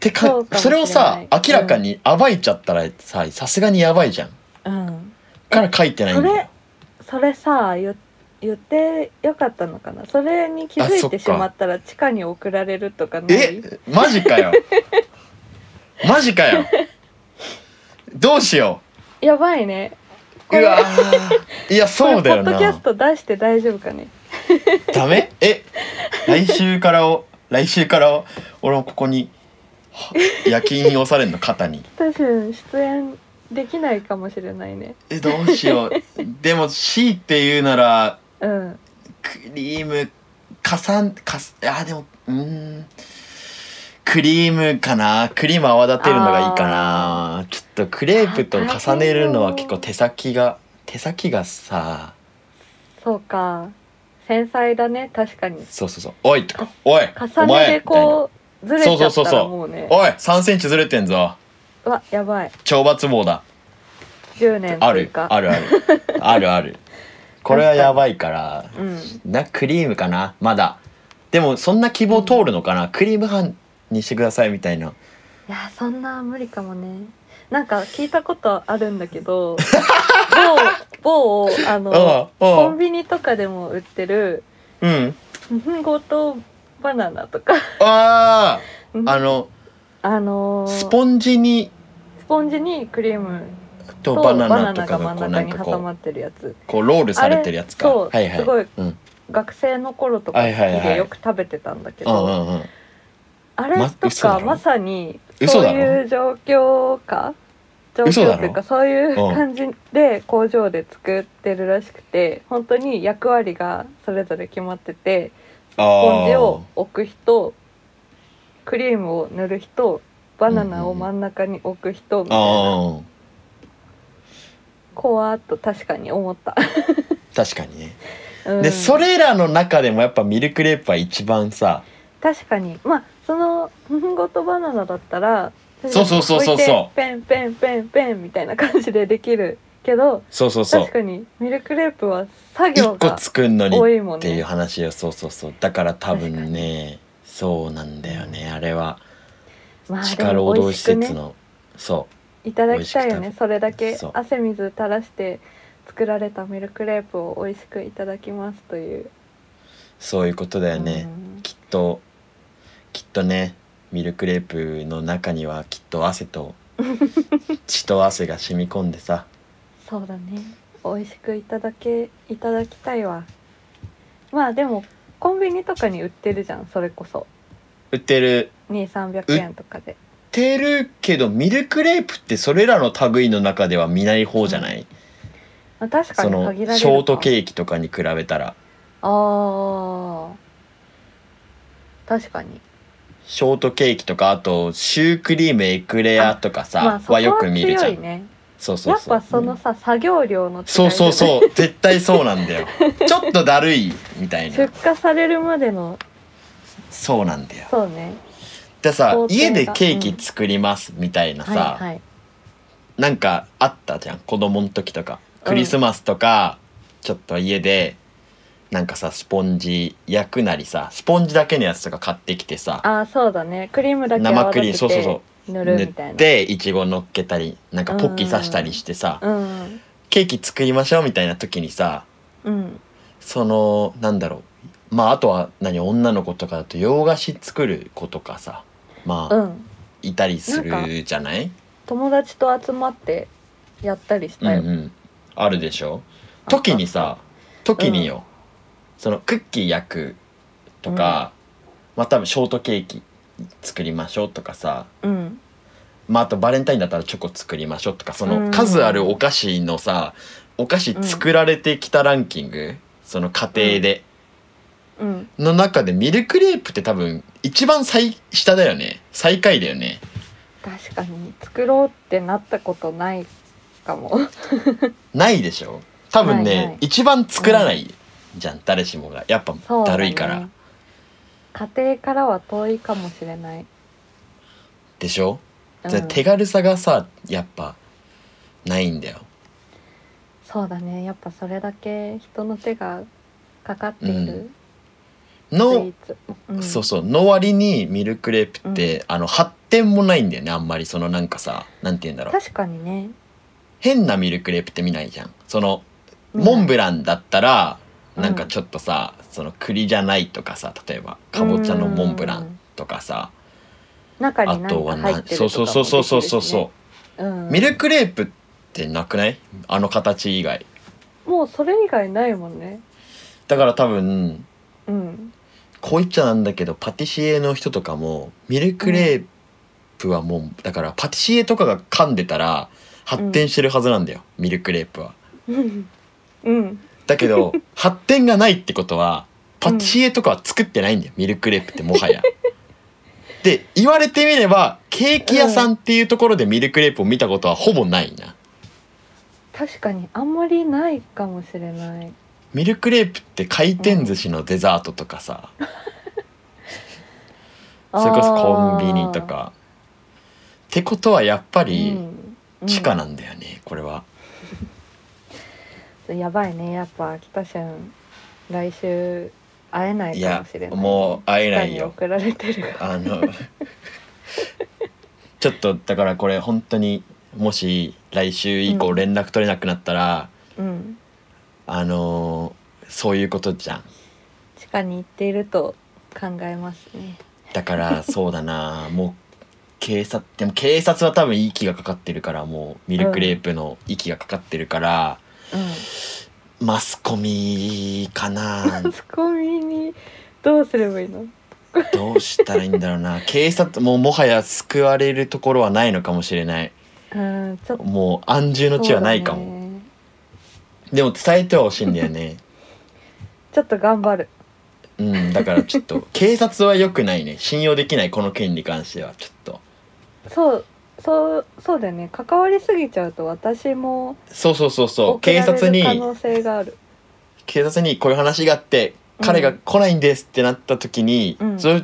Speaker 1: てか
Speaker 2: そう
Speaker 1: そ
Speaker 2: かもしれ
Speaker 1: れ
Speaker 2: ない
Speaker 1: をさ明らかに暴いちゃったらささすがにやばいじゃん
Speaker 2: うん
Speaker 1: から書いてないんだ
Speaker 2: そ
Speaker 1: よ
Speaker 2: れそれさ言言ってよかったのかなそれに気づ
Speaker 1: あそ
Speaker 2: い
Speaker 1: っか
Speaker 2: てしまったら地下に送られるとかない
Speaker 1: えマジか よマジかよどうしよ
Speaker 2: やばいね
Speaker 1: う
Speaker 2: こ
Speaker 1: う
Speaker 2: れ
Speaker 1: わーいやそうだよ
Speaker 2: これポッドキ
Speaker 1: な
Speaker 2: ャスト出して大丈夫かね
Speaker 1: ダメえ来週からを来週からを俺もここには夜勤をされんの肩 に
Speaker 2: 確かに出演できないかもしれないね
Speaker 1: えどうしよう でも C って言うなら
Speaker 2: うん
Speaker 1: クリームかさんかすあでもうーんクリームかなクリーム泡立てるのがいいかなちょっとクレープと重ねるのは結構手先が手先がさ
Speaker 2: そうか繊細だね確かに
Speaker 1: そうそうそう「おい!」とか「おい
Speaker 2: 重
Speaker 1: お前!」
Speaker 2: ねで
Speaker 1: みたいな
Speaker 2: こうずれちゃ
Speaker 1: そ
Speaker 2: っ
Speaker 1: うそうそう
Speaker 2: た
Speaker 1: そ
Speaker 2: ら
Speaker 1: う
Speaker 2: もうね
Speaker 1: おい3センチずれてんぞ
Speaker 2: うわやばい
Speaker 1: 懲罰棒だ
Speaker 2: 10年
Speaker 1: あ
Speaker 2: 追
Speaker 1: る
Speaker 2: 加
Speaker 1: あるあるあるあるこれはやばいから
Speaker 2: うん
Speaker 1: なクリームかなまだでもそんな希望通るのかなクリーム派にしてくださいみたいない
Speaker 2: やそんな無理かもねなんか聞いたことあるんだけど某某あの
Speaker 1: ああ
Speaker 2: コンビニとかでも売ってる
Speaker 1: うん
Speaker 2: ごとバナナとか
Speaker 1: あああの
Speaker 2: あのー
Speaker 1: スポンジに
Speaker 2: スポンジにクリーム
Speaker 1: と
Speaker 2: と
Speaker 1: バ
Speaker 2: バ
Speaker 1: ナ
Speaker 2: ナ
Speaker 1: ナ
Speaker 2: ナ
Speaker 1: と
Speaker 2: が
Speaker 1: か
Speaker 2: 真
Speaker 1: が
Speaker 2: ん
Speaker 1: こうな
Speaker 2: 中
Speaker 1: ん
Speaker 2: に
Speaker 1: か
Speaker 2: 挟
Speaker 1: こ
Speaker 2: ま
Speaker 1: う
Speaker 2: ってるやつ
Speaker 1: こうロールされてるやつか
Speaker 2: あれそう
Speaker 1: はいはい
Speaker 2: すごい
Speaker 1: うん
Speaker 2: 学生の頃とか
Speaker 1: はいはい
Speaker 2: 好き
Speaker 1: はい
Speaker 2: でよく食べてたんだけ
Speaker 1: うんう
Speaker 2: ど
Speaker 1: んうん
Speaker 2: あれ
Speaker 1: ま
Speaker 2: と
Speaker 1: 嘘だ
Speaker 2: か
Speaker 1: ろ
Speaker 2: まさに
Speaker 1: 嘘
Speaker 2: そう
Speaker 1: だ
Speaker 2: いう
Speaker 1: ろ
Speaker 2: 状況か状
Speaker 1: 嘘だ
Speaker 2: 況
Speaker 1: ろ
Speaker 2: っていうかそういう感じで工場で作ってるらしくて本当に役割がそれぞれ決まっててスポンジを置く人クリームを塗る人バナナを真ん中に置く人み
Speaker 1: あ
Speaker 2: たいな
Speaker 1: ーあ
Speaker 2: こわーっと確かに思った。
Speaker 1: ー確かにね
Speaker 2: うん
Speaker 1: でそれらの中でもやっぱミルクレープは一番さ
Speaker 2: 確かにまあその「んごとバナナ」だったら
Speaker 1: そうそうそうそうそう
Speaker 2: 置いてペンペンペンペンみたいな感じでできるけど
Speaker 1: そうそうそう
Speaker 2: 確かにミルクレープは作業
Speaker 1: 一個
Speaker 2: が
Speaker 1: 作んのに
Speaker 2: 多いも
Speaker 1: っ
Speaker 2: ん
Speaker 1: ていう
Speaker 2: ね。
Speaker 1: 話よそうそうそうだから多
Speaker 2: 確か
Speaker 1: 分ねそうなんだよねあれは
Speaker 2: まあ
Speaker 1: 地下
Speaker 2: で
Speaker 1: 労
Speaker 2: も美
Speaker 1: 働
Speaker 2: 味し
Speaker 1: 施
Speaker 2: く
Speaker 1: 設
Speaker 2: ね
Speaker 1: のそ
Speaker 2: いただきたいよ
Speaker 1: 美味しく食べ
Speaker 2: ねそれだけ
Speaker 1: そう
Speaker 2: 汗水垂らして作られたミルクレープを美味しくいただきますという。
Speaker 1: うそういうことだよね
Speaker 2: うん
Speaker 1: きっときっとねミルクレープの中にはきっと汗 と血と汗が染み込んでさ
Speaker 2: そうだね美味しくいただけいただきたいわまあでもコンビニとかに売ってるじゃんそれこそ
Speaker 1: 売ってる
Speaker 2: 2300円とかで
Speaker 1: 売ってるけどミルクレープってそれらの類の中では見ない方じゃない、
Speaker 2: まあ確か
Speaker 1: そ
Speaker 2: に
Speaker 1: の
Speaker 2: 限られるか
Speaker 1: ショートケーキとかに比べたら
Speaker 2: あー確かに
Speaker 1: ショートケーキとかあとシュークリームエクレアとかさ
Speaker 2: まあ
Speaker 1: は,、
Speaker 2: そこは
Speaker 1: よく見るじゃ
Speaker 2: 強
Speaker 1: ん
Speaker 2: いね
Speaker 1: そうそう
Speaker 2: やっ
Speaker 1: そう
Speaker 2: ぱそのさ、作業量の違い
Speaker 1: そうそう
Speaker 2: う
Speaker 1: そう絶対そうなん だよちょっとだるいみたいな
Speaker 2: 出荷されるまでの
Speaker 1: そうなんだよ
Speaker 2: そうね
Speaker 1: でさ
Speaker 2: 工程が
Speaker 1: 家でケーキ作りますみたいなさ、
Speaker 2: はいはい
Speaker 1: なんかあったじゃん子供の時とか
Speaker 2: うん
Speaker 1: クリスマスとか、ちょっと家でなんかさスポンジ焼くなりさスポンジだけのやつとか買ってきてさ
Speaker 2: あーそうだねクリームだけ
Speaker 1: 生クリームそうそうそう
Speaker 2: 塗る
Speaker 1: 塗
Speaker 2: みたい
Speaker 1: っ
Speaker 2: な
Speaker 1: ていちご乗っけたりなんかポッキー刺したりしてさ、
Speaker 2: うん
Speaker 1: ケーキ作りましょうみたいな時にさ
Speaker 2: うん
Speaker 1: そのなんだろうまああとは何女の子とかだと洋菓子作る子とかさまあ、
Speaker 2: うん
Speaker 1: いたりす
Speaker 2: なんか
Speaker 1: るじゃない
Speaker 2: 友達と集まってやったりしたよ、
Speaker 1: うんうん、あるでしょ時にさ時によ、そのクッキー焼くとか、まあ多分ショートケーキ作りましょうとかさ
Speaker 2: うん
Speaker 1: まああとバレンタインだったらチョコ作りましょうとかそ
Speaker 2: うん
Speaker 1: の数あるお菓子のさお菓子作られてきたランキング、その家庭で、
Speaker 2: うん
Speaker 1: の中でミルクレープって多分一番最下だよね最下位だよね
Speaker 2: 確かに作ろうってなったことない かも
Speaker 1: ないでしょ多分ね
Speaker 2: ないない
Speaker 1: 一番作らないじゃん、誰しもがやっぱ
Speaker 2: そう
Speaker 1: だ
Speaker 2: だ,、ね、
Speaker 1: るいから
Speaker 2: 家庭からは遠いかもしれない、
Speaker 1: でしょ
Speaker 2: うん
Speaker 1: じゃあ手軽さがさやっぱないんだよ
Speaker 2: そうだねやっぱそれだけ人の手がかかっているスイ
Speaker 1: の
Speaker 2: ー、ツ、うん
Speaker 1: そうそうの割にミルクレープって、あの発展もないんだよねあんまりそのなんかさなんて言うんだろう
Speaker 2: 確かにね
Speaker 1: 変なミルクレープって見ないじゃんその
Speaker 2: うん
Speaker 1: モンブランだったら、
Speaker 2: うん
Speaker 1: なんかちょっとさその栗じゃないとかさ例えばかぼちゃのモンブラ
Speaker 2: うん
Speaker 1: ンとかさ、
Speaker 2: 中
Speaker 1: あ
Speaker 2: に
Speaker 1: とは
Speaker 2: 何か
Speaker 1: な
Speaker 2: 入
Speaker 1: ん
Speaker 2: ってる
Speaker 1: そう
Speaker 2: とか
Speaker 1: そ
Speaker 2: も
Speaker 1: うそうそうそうそう
Speaker 2: できるしね、
Speaker 1: そう
Speaker 2: ん、
Speaker 1: うミルクレープってなくないあの形以外
Speaker 2: もうそれ以外ないもんね
Speaker 1: だから多分
Speaker 2: うん
Speaker 1: こう言っちゃなんだけどパティシエの人とかもミルクレープはもう、だからパティシエとかが噛んでたら発展してるはずなんだよ、ミルクレープは。
Speaker 2: うんうん
Speaker 1: だけど発展がないってことはパティシエとかは作ってないんだよ、ミルクレープってもはや。で言われてみればケーキ屋さんっていうところでミルクレープを見たことはほぼないな。
Speaker 2: 確かにあんまりないかもしれない
Speaker 1: ミルクレープって回転寿司のデザートとかさ、それこそコンビニとか。ってことはやっぱ
Speaker 2: あ
Speaker 1: り、
Speaker 2: ーうんうん
Speaker 1: 地下なんだよね、これは
Speaker 2: やばいねやっぱ北シュン来週会えない
Speaker 1: い
Speaker 2: か
Speaker 1: や
Speaker 2: もしれない
Speaker 1: もう会えない
Speaker 2: 北に
Speaker 1: よ
Speaker 2: 送られてるから
Speaker 1: あのちょっとだからこれ本当にもし来週以
Speaker 2: う
Speaker 1: 降
Speaker 2: ん
Speaker 1: 連絡取れなくなったら、
Speaker 2: うん
Speaker 1: あのーそういうことじゃん
Speaker 2: 地下に行っていると考えますね
Speaker 1: だから そうだなもう警察でも警察は多分息がかかってるからもうミルクレープの息がかかってるから、
Speaker 2: う
Speaker 1: マスコミかなん
Speaker 2: コンビニどうすればいいの
Speaker 1: どうしたらいいんだろうな 警察ももはや救われるところはないのかもしれない
Speaker 2: うんちょっと
Speaker 1: もう安住の地はないかも、
Speaker 2: そうだね
Speaker 1: でも伝えてはほしいんだよね
Speaker 2: ちょっと頑張る
Speaker 1: うんだからちょっ と警察は良くないね信用できないこの件に関してはちょっと
Speaker 2: そうそうそうだよね関わりすぎちゃうと私も
Speaker 1: そうそうそうそう
Speaker 2: 送ら
Speaker 1: 警
Speaker 2: れる
Speaker 1: 察に
Speaker 2: 可能性がある
Speaker 1: 警察にこういう話があって
Speaker 2: うん
Speaker 1: 彼が来ないんですってなった時に、
Speaker 2: うん
Speaker 1: それ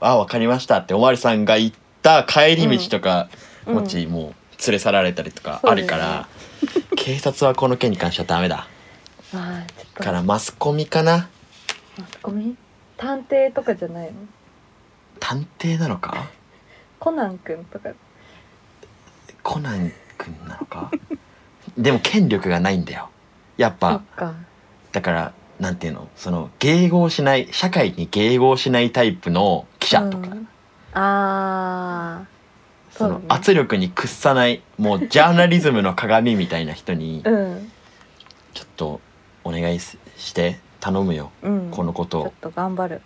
Speaker 1: あ分かりましたっておまわりさんが言った帰り道とか、もちもう連れ去られたりとかある から、警察はこの件に関してはダメだ
Speaker 2: うんまあちょっと
Speaker 1: からマスコミかな
Speaker 2: マスコミ探偵とかじゃないの
Speaker 1: 探偵なのか
Speaker 2: コナン君とか
Speaker 1: コナン君なのか でも権力がないんだよやっ
Speaker 2: そ
Speaker 1: ぱ
Speaker 2: っか
Speaker 1: だからなんていうのその迎合しない社会に迎合しないタイプの記者とか、
Speaker 2: うんあ
Speaker 1: そ
Speaker 2: そう
Speaker 1: の
Speaker 2: だね
Speaker 1: 圧力に屈さないもうジャーナリズムの鏡みたいな人に
Speaker 2: あうん
Speaker 1: ちょっとお願いすして頼むよ
Speaker 2: うん
Speaker 1: このこと
Speaker 2: ちょっ
Speaker 1: を。
Speaker 2: と頑張る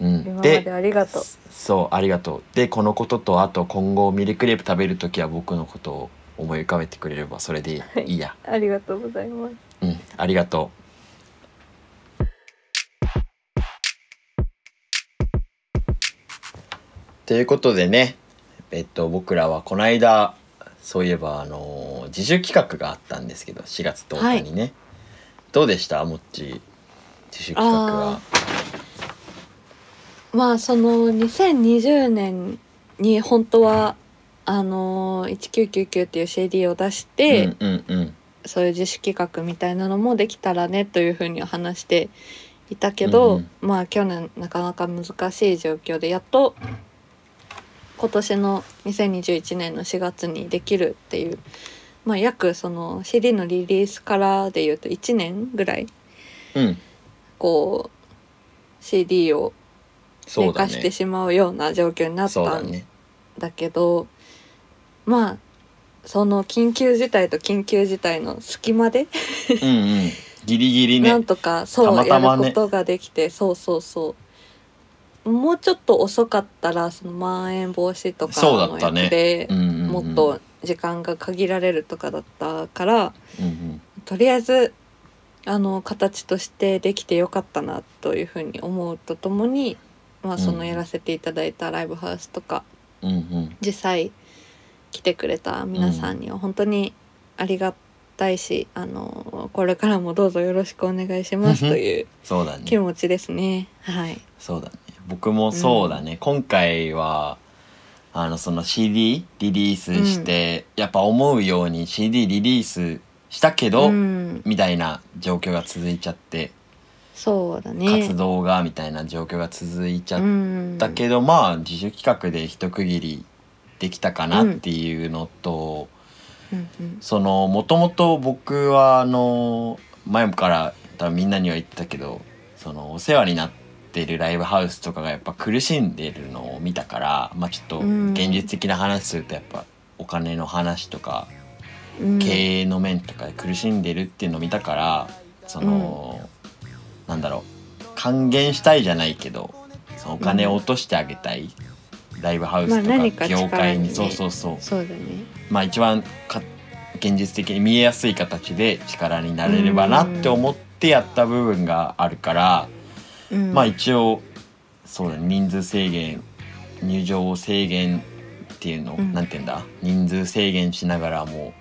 Speaker 1: うん
Speaker 2: 今ま
Speaker 1: で
Speaker 2: でありがとう
Speaker 1: そうありがとうでこのこととあと今後ミルクレープ食べる時は僕のことを思い浮かべてくれればそれでいいや、
Speaker 2: ありがとうございます
Speaker 1: うんありがとうということでねえっと僕らはこの間そういえばあの自主企画があったんですけど4月10日にね、どうでしたもっち自主企画は
Speaker 2: あまあその2020年に本当はあのー1999っていう CD を出して、
Speaker 1: うんうんうん
Speaker 2: そういう自主企画みたいなのもできたらねというふうには話していたけど、
Speaker 1: うん
Speaker 2: まあ去年なかなか難しい状況でやっと今年の2021年の4月にできるっていう、まあ、約その CD のリリースからでいうと1年ぐらい
Speaker 1: うん
Speaker 2: こう CD を
Speaker 1: そ
Speaker 2: 寝
Speaker 1: うだ
Speaker 2: かして
Speaker 1: ね
Speaker 2: しまうような状況になっ
Speaker 1: そう
Speaker 2: た
Speaker 1: だ
Speaker 2: ん
Speaker 1: ね
Speaker 2: だけどまあその緊急事態と緊急事態の隙間で、
Speaker 1: うんうんギリギリね
Speaker 2: なんとかそう
Speaker 1: たまたまね
Speaker 2: やることができてそうそうそうもうちょっと遅かったらそのまん延防止とか
Speaker 1: そうだっ
Speaker 2: の
Speaker 1: たね
Speaker 2: やつで、
Speaker 1: うんうんうん
Speaker 2: もっと時間が限られるとかだったから
Speaker 1: うんうん
Speaker 2: とりあえずあの形としてできてよかったなというふうに思うとともに、まあ、そ
Speaker 1: うん
Speaker 2: のやらせていただいたライブハウスとか
Speaker 1: うんうん
Speaker 2: 実際来てくれた皆さんには本当にありがたいし、あのこれからもどうぞよろしくお願いしますという
Speaker 1: そうだね
Speaker 2: 気持ちですね。はい。
Speaker 1: そうだね僕もそうだね、今回はあのその CD リリースして、やっぱ思うように CD リリースしたけど、
Speaker 2: うん、
Speaker 1: みたいな状況が続いちゃって、
Speaker 2: そうだね。
Speaker 1: 活動がみたいな状況が続いちゃ
Speaker 2: う
Speaker 1: っ
Speaker 2: ん
Speaker 1: たけど、まあ自主企画で一区切りできたかなっていうのと、
Speaker 2: うんうん
Speaker 1: そのもともと僕はあの前から多分みんなには言ってたけどそのお世話になってるライブハウスとかがやっぱ苦しんでるのを見たから、まあ、ちょっと
Speaker 2: うん
Speaker 1: 現実的な話するとやっぱお金の話とか
Speaker 2: うん
Speaker 1: 経営の面とかで苦しんでるっていうのを見たからその、なんだろう還元したいじゃないけどそのお金を落としてあげたい、ライブハウスと
Speaker 2: まあ何か
Speaker 1: か
Speaker 2: 力
Speaker 1: 業界に、
Speaker 2: にね
Speaker 1: そうそうそう
Speaker 2: そうだね。
Speaker 1: まあ、一番か現実的に見えやすい形で力になれればなって思ってやった部分があるから、
Speaker 2: うん、
Speaker 1: まあ一応そうだね人数制限入場制限っていうの、
Speaker 2: うん
Speaker 1: なんて言うんだ人数制限しながらも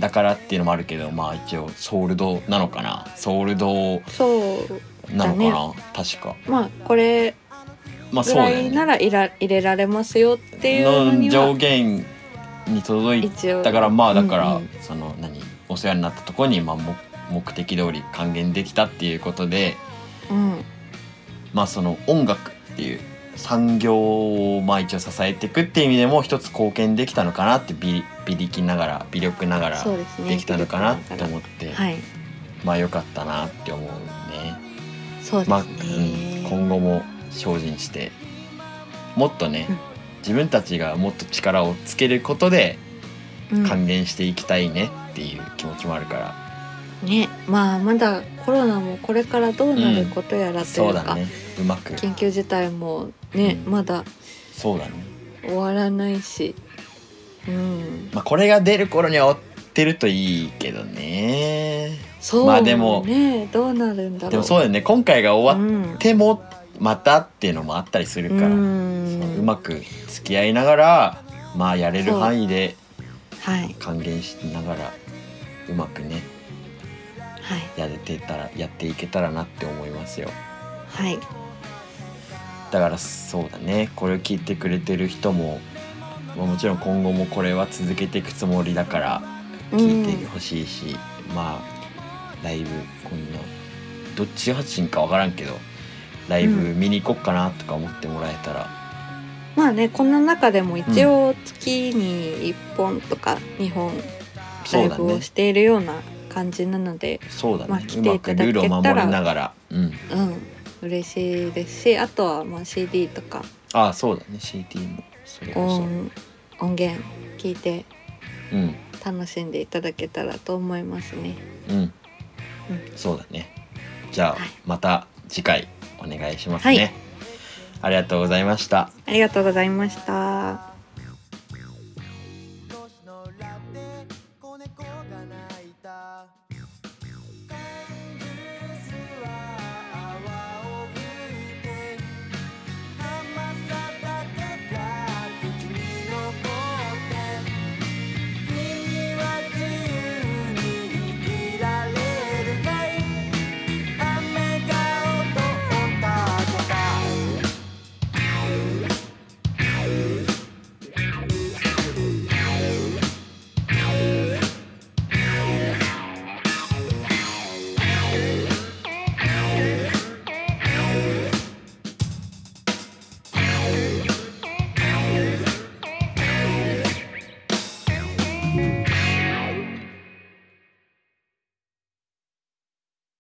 Speaker 1: だからっていうのもあるけどまあ一応ソールドなのかなソールド
Speaker 2: そう
Speaker 1: なのかな、
Speaker 2: だね
Speaker 1: 確か
Speaker 2: まあこれ
Speaker 1: まあそ
Speaker 2: ぐ
Speaker 1: うだ
Speaker 2: らい
Speaker 1: よね
Speaker 2: ならいら入れられますよっていうの
Speaker 1: の
Speaker 2: に
Speaker 1: 上
Speaker 2: は
Speaker 1: 限に届いて
Speaker 2: 一応
Speaker 1: だからまあだから、
Speaker 2: うんうん
Speaker 1: その何お世話になったところに、まあ、も目的通り還元できたっていうことで、
Speaker 2: うん
Speaker 1: まあ、その音楽っていう産業をまあ一応支えていくっていう意味でも一つ貢献できたのかなって微微力ながら微力ながら
Speaker 2: そうですね
Speaker 1: できたのかなって思って、
Speaker 2: はい
Speaker 1: まあよかったなって思うね。
Speaker 2: そうですね、
Speaker 1: まあ、うん、今後も精進してもっとね、
Speaker 2: うん
Speaker 1: 自分たちがもっと力をつけることで
Speaker 2: うん
Speaker 1: 還元していきたいねっていう気持ちもあるから。
Speaker 2: ねまあまだコロナもこれからどうなることやらと
Speaker 1: そ
Speaker 2: いううか、
Speaker 1: だねうまく
Speaker 2: 緊急事態もね、
Speaker 1: うん
Speaker 2: まだ
Speaker 1: そうだね、
Speaker 2: 終わらないしうん
Speaker 1: まあ、これが出る頃には終わってるといいけどね
Speaker 2: そうね、
Speaker 1: まあでも
Speaker 2: どうなるんだろう
Speaker 1: でもそうだよね今回が終わ
Speaker 2: うん
Speaker 1: ってもまたっていうのもあったりするから、
Speaker 2: う
Speaker 1: そ
Speaker 2: ん
Speaker 1: ううまく付き合いながらまあやれる範囲で
Speaker 2: はい
Speaker 1: 還元しながらうまくね
Speaker 2: はい
Speaker 1: やれてたらやっていけたらなって思いますよ
Speaker 2: はい
Speaker 1: だからそうだねこれを聞いてくれてる人も、まあ、もちろん今後もこれは続けていくつもりだから聞いてほしいし、まあライブこんなどっち発信か分からんけどライブ見に行こっかなとか思ってもらえたら、
Speaker 2: まあねこんな中でも一応月に1本とか2本ラ
Speaker 1: そう
Speaker 2: イ
Speaker 1: だ
Speaker 2: ブを
Speaker 1: ね
Speaker 2: しているような感じなので
Speaker 1: そうだね、
Speaker 2: まあ
Speaker 1: う
Speaker 2: 来て
Speaker 1: ま
Speaker 2: い
Speaker 1: く
Speaker 2: た
Speaker 1: ル
Speaker 2: だ
Speaker 1: ー
Speaker 2: けたら
Speaker 1: ルを守りながらうん
Speaker 2: うん嬉しいですしあとはまあ CD とか
Speaker 1: あそうだね CT もそれこそ
Speaker 2: 音音源聞いて
Speaker 1: うん
Speaker 2: 楽しんでいただけたらと思いますね。
Speaker 1: うん、そうだねじゃあ、
Speaker 2: はい
Speaker 1: また次回お願いします
Speaker 2: は
Speaker 1: ね、
Speaker 2: い
Speaker 1: ありがとうございました
Speaker 2: ありがとうございました。